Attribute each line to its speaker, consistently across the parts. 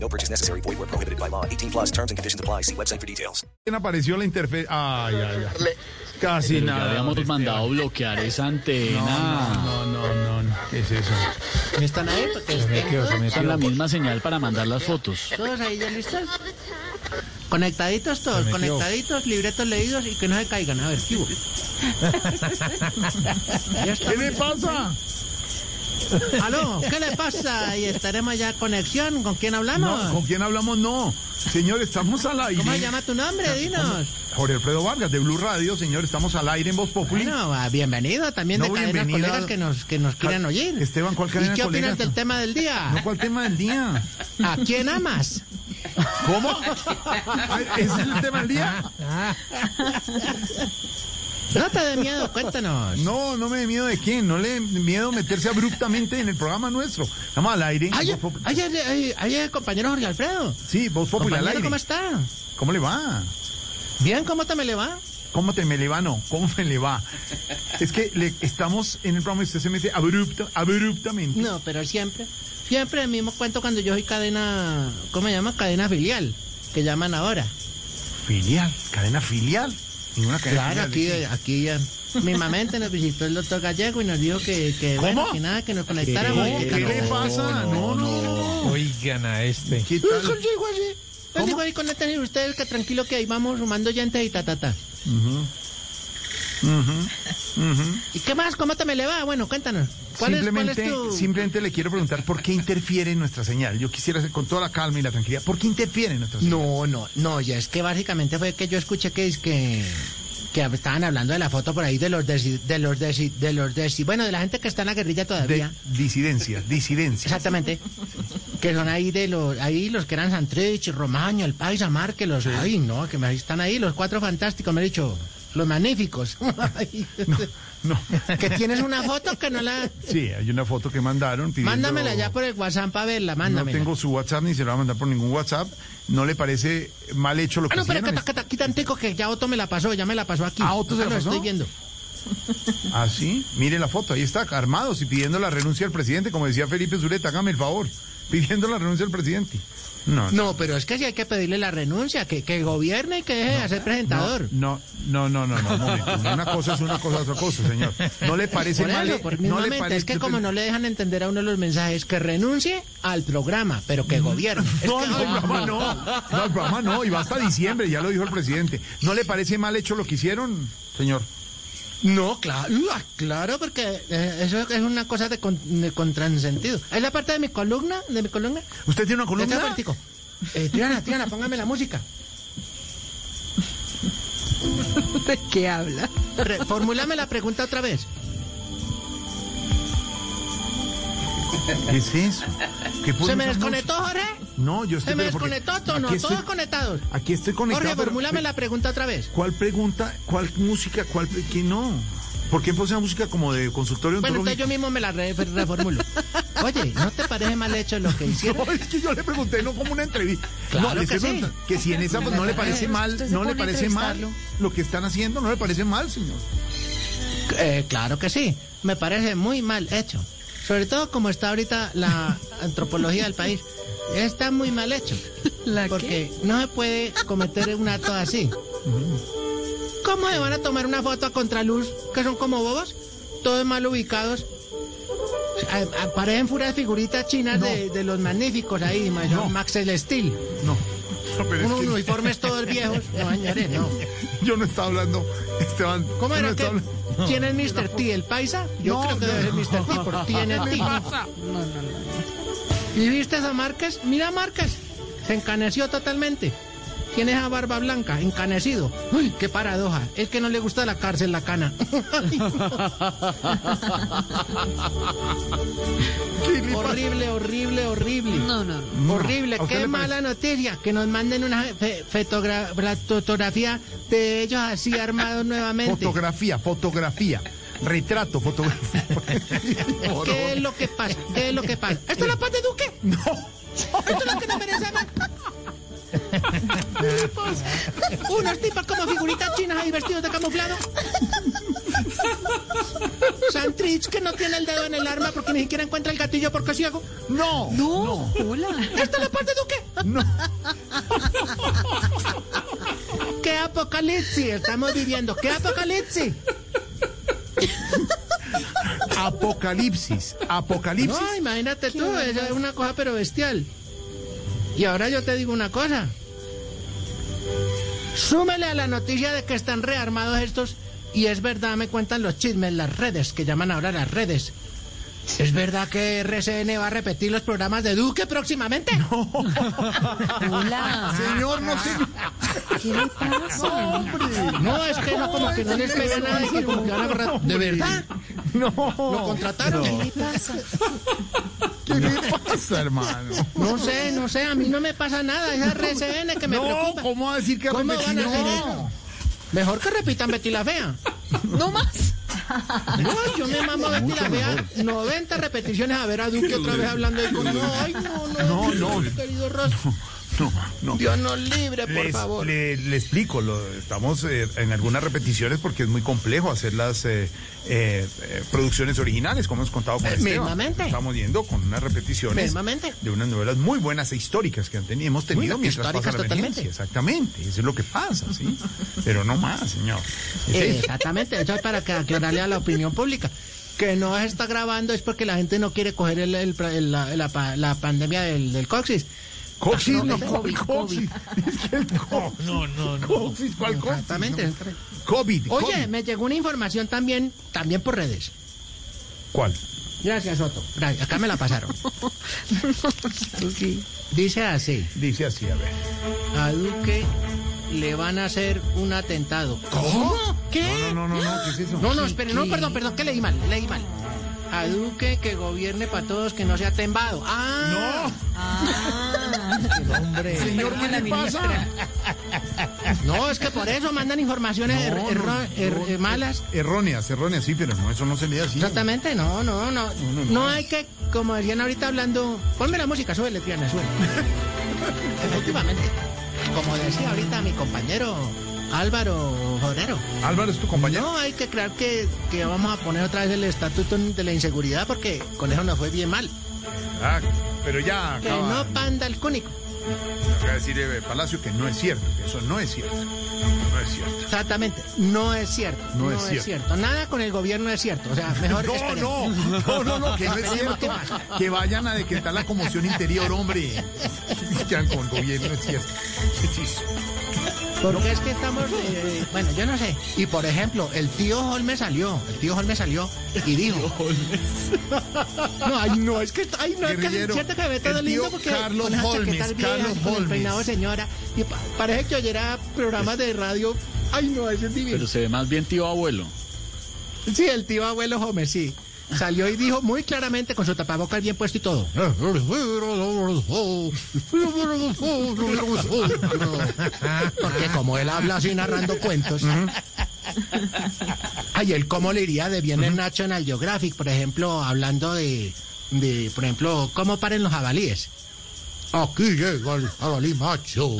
Speaker 1: No purchase necessary. Void where prohibited by law. 18 plus terms and conditions apply. See website for details.
Speaker 2: ¿Quién apareció la interfaz? Ay, ay, ay. Casi
Speaker 3: Ya
Speaker 2: nada.
Speaker 3: habíamos
Speaker 2: hombre,
Speaker 3: mandado
Speaker 2: pues, Esteban.
Speaker 3: bloquear esa
Speaker 2: No,
Speaker 3: antena.
Speaker 2: no, no, no, no. ¿Qué es eso?
Speaker 4: ¿No están ahí? Porque
Speaker 3: Usan la misma señal para mandar las fotos.
Speaker 4: todos ahí ya listos. Conectaditos todos,
Speaker 2: metió.
Speaker 4: conectaditos, libretos leídos y que no se caigan. A ver, ¿qué hubo? Ya
Speaker 2: ¿Qué
Speaker 4: estamos
Speaker 2: le pasa?
Speaker 4: ya. Aló, ¿qué le pasa? Y estaremos ya en conexión. ¿Con quién hablamos?
Speaker 2: No, ¿con quién hablamos? No. Señor, estamos al aire.
Speaker 4: ¿Cómo se llama tu nombre? Dinos.
Speaker 2: Jorge Alfredo Vargas, de Blue Radio. Señor, estamos al aire en Voz Populi.
Speaker 4: Bueno, ah, bienvenido también de
Speaker 2: No,
Speaker 4: cadenas
Speaker 2: bienvenido.
Speaker 4: colegas que nos, que nos quieran oír.
Speaker 2: Esteban, ¿cuál cadena
Speaker 4: ¿Y qué
Speaker 2: colega?
Speaker 4: opinas del tema del
Speaker 2: No,
Speaker 4: día?
Speaker 2: ¿Cuál tema del día?
Speaker 4: ¿A quién amas?
Speaker 2: ¿Cómo? Ay, ¿Ese es el tema del día?
Speaker 4: No te dé miedo, cuéntanos.
Speaker 2: No, no me dé miedo de quién. No le dé miedo meterse abruptamente en el programa nuestro. Estamos al aire. en
Speaker 4: Ay,
Speaker 2: Voz Populi.
Speaker 4: ay, ay, ay, ay, ay, compañero Jorge Alfredo.
Speaker 2: Sí, Voz Populi al
Speaker 4: Compañero,
Speaker 2: aire.
Speaker 4: ¿cómo está?
Speaker 2: ¿Cómo le va?
Speaker 4: Bien, ¿cómo te me le va?
Speaker 2: ¿Cómo te me le va? No, ¿cómo me le va? Es que le- estamos en el programa y usted se mete abrupta, abruptamente.
Speaker 4: No, pero siempre, siempre el mismo cuento cuando yo soy cadena, ¿cómo se llama? Cadena filial, que llaman ahora.
Speaker 2: Filial, cadena filial. Ninguna cadena
Speaker 4: Claro,
Speaker 2: filial.
Speaker 4: aquí, aquí ya. Mismamente nos visitó el doctor Gallego y nos dijo que, que,
Speaker 2: ¿Cómo?
Speaker 4: bueno, que nada, que nos conectáramos.
Speaker 2: ¿Qué,
Speaker 4: que
Speaker 2: le
Speaker 4: no.
Speaker 2: pasa? No, no, no.
Speaker 5: Oigan a este.
Speaker 2: ¿Qué
Speaker 4: Él
Speaker 2: tal?
Speaker 4: dijo así. Él dijo ahí, conéctense ustedes, que tranquilo que ahí vamos sumando gente y ta, ta, ta. ¿Y qué más? ¿Cómo te me le va? Bueno, cuéntanos. ¿Cuál es, cuál es
Speaker 2: simplemente,
Speaker 4: tu-
Speaker 2: simplemente le quiero preguntar por qué interfiere en nuestra señal. Yo quisiera hacer con toda la calma y la tranquilidad. ¿Por qué interfiere en nuestra señal?
Speaker 4: No, no, no, ya es que básicamente fue que yo escuché que es que que estaban hablando de la foto por ahí de los desi- de los desi- de los desi- bueno, de la gente que está en la guerrilla todavía.
Speaker 2: De disidencia, disidencia.
Speaker 4: Exactamente. Que son ahí de los ahí los que eran Santrich, Romaño, el Paisa Márquez, los ay, no, que me- ahí están ahí los cuatro fantásticos, me he dicho, los magníficos. Ay,
Speaker 2: No.
Speaker 4: que tienes una foto que no la
Speaker 2: Sí, hay una foto que mandaron. pidiendo-
Speaker 4: mándamela ya por el WhatsApp para verla, mándamela.
Speaker 2: No tengo su WhatsApp ni se lo va a mandar por ningún WhatsApp. ¿No le parece mal hecho lo que
Speaker 4: Ah, no, pero
Speaker 2: hicieron?
Speaker 4: cata, cata, aquí tantico que ya Otto me la pasó, ya me la pasó aquí.
Speaker 2: ¿Ah, Otto se
Speaker 4: Acá
Speaker 2: la
Speaker 4: lo
Speaker 2: pasó?
Speaker 4: estoy viendo.
Speaker 2: Ah, sí. Mire la foto, ahí está, armados y pidiendo la renuncia al presidente, como decía Felipe Zuleta, hágame el favor, pidiendo la renuncia al presidente. No, no,
Speaker 4: No, pero es que sí hay que pedirle la renuncia, que, que gobierne y que deje de ser presentador.
Speaker 2: no, no, no, no, no, un momento. Una cosa es una cosa, otra cosa, señor. No le parece
Speaker 4: Por
Speaker 2: mal. eh,
Speaker 4: eso, por
Speaker 2: no
Speaker 4: mismamente, es que como no le dejan entender a uno los mensajes, que renuncie al programa, pero que gobierne. Es
Speaker 2: Mm. No, no, el programa
Speaker 4: que-
Speaker 2: no. No, el programa no. Y va hasta diciembre, ya lo dijo el presidente. ¿No le parece mal hecho lo que hicieron, señor?
Speaker 4: No, claro, ah, claro, porque eh, eso es una cosa de, con, de contransentido. Es la parte de mi columna, de mi columna.
Speaker 2: ¿Usted tiene una
Speaker 4: Esta
Speaker 2: columna?
Speaker 4: parte, eh, Triana, Triana, póngame la música.
Speaker 6: ¿De qué habla?
Speaker 4: Re- formulame la pregunta otra vez.
Speaker 2: ¿Qué es eso? ¿Qué
Speaker 4: ¿Se
Speaker 2: ponen
Speaker 4: me
Speaker 2: esas
Speaker 4: desconectó, Jorge?
Speaker 2: músicas? No, yo estoy...
Speaker 4: Se me
Speaker 2: pero porque
Speaker 4: desconectó, Tono,
Speaker 2: aquí estoy-
Speaker 4: todos conectados.
Speaker 2: Aquí estoy conectado.
Speaker 4: Jorge,
Speaker 2: pero-
Speaker 4: formulame la pregunta otra vez.
Speaker 2: ¿Cuál pregunta, cuál música, cuál pre- qué no? ¿Por qué puse una música como de consultorio
Speaker 4: Bueno, entonces
Speaker 2: ontológico?
Speaker 4: yo mismo me la re- reformulo. Oye, ¿no te parece mal hecho lo que hicieron?
Speaker 2: No, es que yo le pregunté, no como una entrevista.
Speaker 4: Claro
Speaker 2: no, le
Speaker 4: que
Speaker 2: estoy
Speaker 4: sí.
Speaker 2: preguntando que si en esa pues, no le parece mal, no le parece mal lo que están haciendo, no le parece mal, señor.
Speaker 4: Eh, claro que sí, me parece muy mal hecho. Sobre todo como está ahorita la antropología del país. Está muy mal hecho.
Speaker 6: ¿La qué?
Speaker 4: porque no se puede cometer un acto así. ¿Cómo se van a tomar una foto a contraluz, que son como bobos? Todos mal ubicados. A- a- Parecen puras figuritas chinas de, de los magníficos ahí, mayor Max Celestil.
Speaker 2: No. No, pero es
Speaker 4: Unos
Speaker 2: que
Speaker 4: uniformes todos viejos. No, señores, no.
Speaker 2: yo no estaba hablando, Esteban.
Speaker 4: ¿Cómo
Speaker 2: yo no
Speaker 4: era que?
Speaker 2: estaba hablando-
Speaker 4: ¿Quién es Mr. T? ¿El paisa? Yo
Speaker 2: No,
Speaker 4: creo que
Speaker 2: no.
Speaker 4: debe ser Mr. T por TNT. ¿Y viste a Márquez? Mira a Márquez. Se encaneció totalmente. Tiene esa barba blanca, encanecido. Uy, qué paradoja. Es que no le gusta la cárcel, la cana. horrible, horrible, horrible.
Speaker 6: No, no.
Speaker 4: Horrible,
Speaker 2: pues. ¿A usted
Speaker 4: qué
Speaker 2: le
Speaker 4: mala noticia. Que nos manden una fe- fotogra- bra- fotografía de ellos así armados nuevamente.
Speaker 2: Fotografía, fotografía. Retrato, fotografía.
Speaker 4: ¿Qué es lo que pasa? ¿Qué es lo que pasa? ¿Esta es la paz de Duque? No. ¿Esto es lo que nos merecemos? Unos tipos como figuritas chinas ahí vestidos de camuflado. Santrich que no tiene el dedo en el arma porque ni siquiera encuentra el gatillo porque es ciego.
Speaker 2: No,
Speaker 6: No, hola.
Speaker 4: ¿Esta es la paz de Duque? No. ¿Qué apocalipsis estamos viviendo? ¿Qué apocalipsis?
Speaker 2: apocalipsis, apocalipsis.
Speaker 4: No, imagínate tú, esa es una cosa pero bestial. Y ahora yo te digo una cosa. Súmele a la noticia de que están rearmados estos y es verdad, me cuentan los chismes, las redes, que llaman ahora las redes. ¿Es verdad que RCN va a repetir los programas de Duque próximamente?
Speaker 6: Hola.
Speaker 2: Señor, no sé.
Speaker 6: ¿Qué le pasa?
Speaker 4: No, es que no, como que no les pega nada y que como que van a borrar- ¿De verdad?
Speaker 2: No.
Speaker 4: ¿Lo contrataron?
Speaker 6: ¿Qué le pasa?
Speaker 2: ¿Qué le pasa, hermano?
Speaker 4: No sé, no sé, a mí no me pasa nada, es RCN que me
Speaker 2: No,
Speaker 4: preocupa.
Speaker 2: ¿cómo va a decir que
Speaker 4: ¿Cómo
Speaker 2: repetí?
Speaker 4: van a hacer
Speaker 2: No.
Speaker 4: Mejor que repitan Betty la Fea.
Speaker 6: No más.
Speaker 4: No, yo me mamo Betty la Fea 90 repeticiones a ver a Duque otra vez hablando de con... No, ay, no, no, no,
Speaker 2: no.
Speaker 4: querido Rostro.
Speaker 2: No, no.
Speaker 4: Dios nos libre, por
Speaker 2: Les-
Speaker 4: favor.
Speaker 2: Le, le explico, lo- estamos eh, en algunas repeticiones porque es muy complejo hacer las eh, eh, eh, producciones originales, como hemos contado con Esteban.
Speaker 4: Mismamente.
Speaker 2: Estamos yendo con unas repeticiones
Speaker 4: Mismamente.
Speaker 2: de unas novelas muy buenas e históricas que han tenido, hemos tenido
Speaker 4: Muy
Speaker 2: mientras
Speaker 4: históricas
Speaker 2: pasa la
Speaker 4: totalmente.
Speaker 2: emergencia. Exactamente, eso es lo que pasa, ¿sí? Pero no más, señor. Es
Speaker 4: Eh,
Speaker 2: eso.
Speaker 4: Exactamente, eso es para que aclararle a la opinión pública. Que no se está grabando es porque la gente no quiere coger el- el- el- la, la- la pandemia del, del coxis.
Speaker 2: Coxis,
Speaker 4: no,
Speaker 2: no,
Speaker 4: es
Speaker 2: ¿cuál
Speaker 6: COVID.
Speaker 2: coxis? Es que el co-
Speaker 3: No, no, no.
Speaker 2: coxis, ¿cuál coxis?
Speaker 4: Exactamente.
Speaker 2: COVID,
Speaker 4: Oye,
Speaker 2: COVID.
Speaker 4: me llegó una información también, también por redes.
Speaker 2: ¿Cuál?
Speaker 4: Gracias, Otto. Gracias, Acá me la pasaron.
Speaker 6: Eso sí.
Speaker 4: Dice así.
Speaker 2: Dice así, a ver.
Speaker 4: A Duque le van a hacer un atentado. ¿Cómo? ¿Qué?
Speaker 2: No, no, no, no, ¿qué es eso?
Speaker 4: No, no, espere, no, perdón, perdón, que leí mal, leí mal. A Duque que gobierne para todos, que no sea tembado. ¡Ah! ¡No! ¡Hombre!
Speaker 2: Señor, ¿qué le pasa?
Speaker 4: No, es que por eso mandan informaciones er-
Speaker 2: No,
Speaker 4: erro-
Speaker 2: no,
Speaker 4: er-
Speaker 2: no,
Speaker 4: eh, malas.
Speaker 2: Erróneas, erróneas, sí, pero no, eso no se lee así.
Speaker 4: Exactamente, no, no, no.
Speaker 2: no, no.
Speaker 4: No hay que, como decían ahorita hablando, ponme la música, suele, Triana, suele. Efectivamente. Como decía ahorita mi compañero Álvaro Jorero.
Speaker 2: Álvaro es tu compañero.
Speaker 4: No, hay que creer que, que vamos a poner otra vez el estatuto de la inseguridad porque con eso nos fue bien mal.
Speaker 2: Ah, pero ya
Speaker 4: Que
Speaker 2: acaba,
Speaker 4: no panda el cúnico.
Speaker 2: acaba de decir eh, Palacio que no es cierto, que eso no es cierto. No es cierto.
Speaker 4: Exactamente, no es cierto.
Speaker 2: No es cierto.
Speaker 4: Nada con el gobierno es cierto. O sea, mejor
Speaker 2: No,
Speaker 4: esperemos.
Speaker 2: no, no, no, no, que no es cierto.
Speaker 4: Esperemos que pase.
Speaker 2: Que vayan a decretar la conmoción interior, hombre. Ya con el gobierno es cierto. Sí, sí.
Speaker 4: Porque es que estamos, eh, bueno, yo no sé. Y por ejemplo, el tío Holmes salió, el tío Holmes salió y dijo. No, ay, no, es que, ay, no, es que es
Speaker 2: Guerrillero,
Speaker 4: cierto que me
Speaker 2: el
Speaker 4: todo lindo
Speaker 2: tío
Speaker 4: porque
Speaker 2: Carlos
Speaker 4: con esas
Speaker 2: Holmes,
Speaker 4: chaquetas viejas,
Speaker 2: Carlos
Speaker 4: con el
Speaker 2: Holmes.
Speaker 4: peinado señora, y pa- parece que oyera programas de radio. Ay, no, ese es divino.
Speaker 3: Pero se ve más bien tío abuelo.
Speaker 4: Sí, el tío abuelo Homer, sí. Salió y dijo muy claramente con su tapabocas bien puesto y todo. Porque como él habla así narrando cuentos. Ay, él cómo le iría de bien en National Geographic, por ejemplo, hablando de, de, por ejemplo, cómo paren los jabalíes. Aquí llega el jabalí macho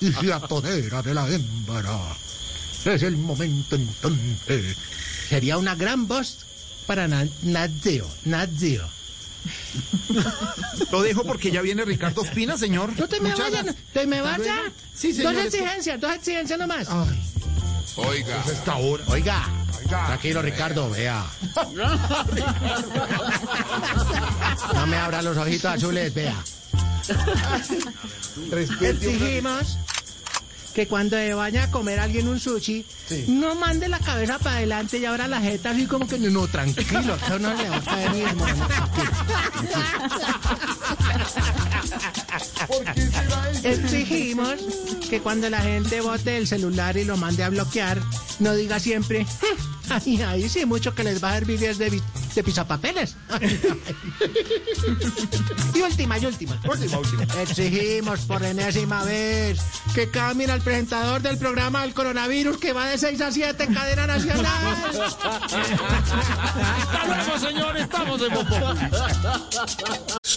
Speaker 4: y se apodera de la hembra. Es el momento entonces. Sería una gran voz para Nat Nat Geo, Nat Geo.
Speaker 2: Lo dejo porque ya viene Ricardo Espina, señor.
Speaker 4: No te me
Speaker 2: Muchas
Speaker 4: vayas, no
Speaker 2: gracias.
Speaker 4: te me
Speaker 2: Hasta
Speaker 4: vayas.
Speaker 2: luego. Sí, señor.
Speaker 4: dos
Speaker 2: esto-
Speaker 4: exigencias, dos exigencias nomás.
Speaker 2: Oiga. Hasta ahora.
Speaker 4: Pues Oiga,
Speaker 2: Oiga.
Speaker 4: tranquilo Ricardo, vea. No me abra los ojitos azules, vea.
Speaker 2: Respete.
Speaker 4: Exigimos que cuando se vaya a comer alguien un sushi, no mande la cabeza para adelante y ahora la jeta así como que no, no tranquilo, eso no le va a caer ni de mono". Exigimos que cuando la gente bote el celular y lo mande a bloquear, no diga siempre, "Hmm, ay, ahí sí, mucho que les va a servir es de, vi- de pisapapeles. y última, y última.
Speaker 2: Última, última.
Speaker 4: Exigimos por enésima vez que cambien al presentador del programa del coronavirus que va de 6 a 7 en cadena nacional.
Speaker 3: Hasta luego, señor. Estamos de Voz Populi.